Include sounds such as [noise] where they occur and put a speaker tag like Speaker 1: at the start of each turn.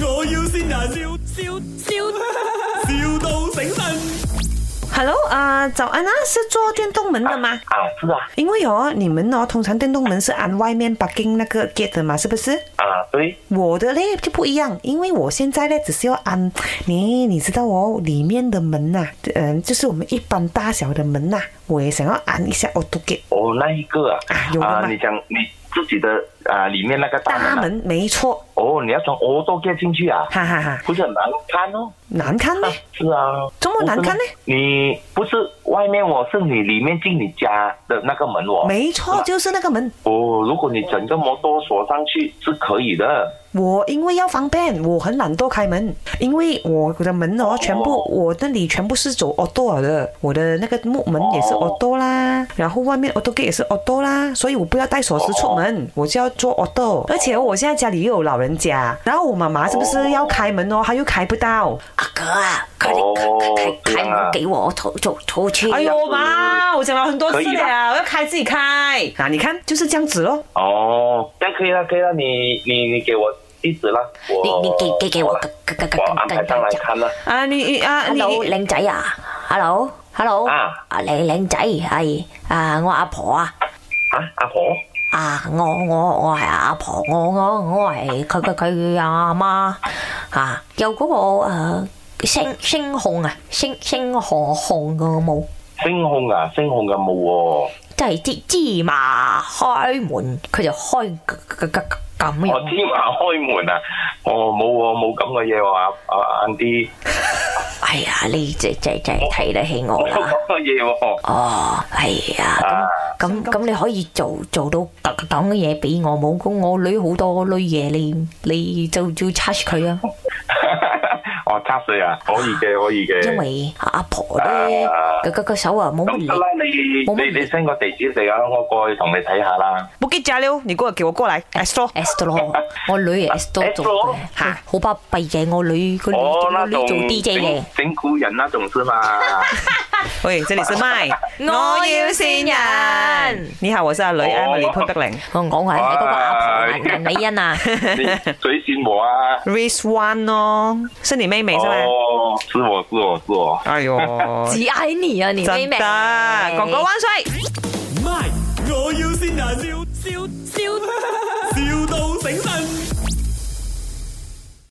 Speaker 1: 要先人，笑笑笑，,笑到醒神。
Speaker 2: Hello 啊、早安啊，是做电动门的吗？
Speaker 3: 啊，是啊，
Speaker 2: 因为哦，你们哦，通常电动门是按外面 b a c k i n g 那个 gate 的嘛，是不是？
Speaker 3: 啊，对，
Speaker 2: 我的嘞就不一样，因为我现在嘞只是要按你，你知道哦，里面的门呐、嗯、就是我们一般大小的门呐、我也想要按一下 auto gate
Speaker 3: 哦，那一个啊，
Speaker 2: 啊有的吗
Speaker 3: 你讲你自己的啊，里面那个大门,、啊、
Speaker 2: 大门，没错，
Speaker 3: 哦，你要从欧洲盖进去啊，
Speaker 2: 哈哈哈，
Speaker 3: 不是很难看哦。
Speaker 2: 难看呢
Speaker 3: 啊，是啊，
Speaker 2: 怎么难看呢
Speaker 3: 不是吗你不是外面我，是你里面进你家的那个门我。
Speaker 2: 没错，就是那个门。
Speaker 3: 哦，如果你整个摩托锁上去是可以的。
Speaker 2: 我因为要方便，我很懒惰开门，因为我的门哦，全部我那里全部是走 auto 的，我的那个木门也是 auto 啦，然后外面 auto gate 也是 auto 啦，所以我不要带锁匙出门，我就要做 auto。而且我现在家里又有老人家，然后我妈妈是不是要开门哦，她又开不到。
Speaker 4: 阿哥啊，佢哋
Speaker 3: 哦
Speaker 4: 佢佢
Speaker 3: 这
Speaker 4: 开
Speaker 3: 样啊
Speaker 4: 门给我，我头就头去。啊
Speaker 2: 哎呦妈，我讲了很多次
Speaker 3: 可以
Speaker 2: 了，我要开自己开。那、你看就是这样子咯。
Speaker 3: 哦，这样可以了，可以了，你你你给我地址啦，我
Speaker 4: 你你给给给我更更更
Speaker 3: 我
Speaker 4: 更
Speaker 3: 安排
Speaker 4: 更
Speaker 3: 上来
Speaker 4: 大
Speaker 3: 看啦。
Speaker 2: 啊，你啊你
Speaker 4: Hello，靚仔啊，Hello Hello，
Speaker 3: 啊
Speaker 4: 啊你靚仔係啊我阿婆啊，
Speaker 3: 啊，阿婆，
Speaker 4: 啊我我我係阿婆，我我我係佢佢佢阿媽啊，有嗰、個诶。星星控啊，星星河控嘅冇，
Speaker 3: 星控啊，星控嘅哦冇喎，
Speaker 4: 即係啲芝麻開門，佢就開咁
Speaker 3: 我
Speaker 4: 樣。
Speaker 3: 芝麻哦開門啊，哦冇喎，冇咁嘅嘢喎，阿阿 Andy，
Speaker 4: 哎呀，你真真真係睇得起我
Speaker 3: 冇
Speaker 4: 啦！
Speaker 3: 咁嘅嘢喎。 [laughs]
Speaker 4: 哦，係啊，咁咁咁你可以做做到咁嘅嘢俾我冇？咁我女好多女嘢，你你就要 charge 佢啊，
Speaker 3: 哦，插水啊，可以嘅，可以嘅。
Speaker 4: 因為阿婆咧
Speaker 3: 啊
Speaker 4: 佢佢佢手啊冇乜
Speaker 3: 咁
Speaker 4: 力
Speaker 3: 得，啦，你
Speaker 4: 冇乜
Speaker 3: 你
Speaker 4: 力
Speaker 3: 你 send 個地址嚟啊，我過去同你睇下啦。
Speaker 2: 不给加料，你过来给我过来。哎，说
Speaker 4: S 多咯，我女 S 多做嘅
Speaker 3: S
Speaker 4: 嚇，好巴閉嘅，嗯我女個女
Speaker 3: 哦，
Speaker 4: 個
Speaker 3: 那
Speaker 4: 女
Speaker 3: 種
Speaker 4: 做 DJ 嘅
Speaker 3: 整。整蠱人那種是
Speaker 4: [laughs]
Speaker 3: 嘛？
Speaker 2: 喂，这里是麦，
Speaker 4: 我要善人。
Speaker 2: 你好，我是阿女
Speaker 3: 哦
Speaker 2: Emily 潘德玲
Speaker 4: 我我係嗰個阿婆啊
Speaker 3: 哎
Speaker 4: 梁美欣啊，
Speaker 3: 你誰線我啊？
Speaker 2: ，Race One 哦，是你妹妹是吧？
Speaker 3: 哦，是我是我是我。
Speaker 2: 哎呦，
Speaker 4: 只愛你啊，你
Speaker 2: 真
Speaker 4: 妹
Speaker 2: 的
Speaker 4: 妹，，
Speaker 2: 哥哥万岁！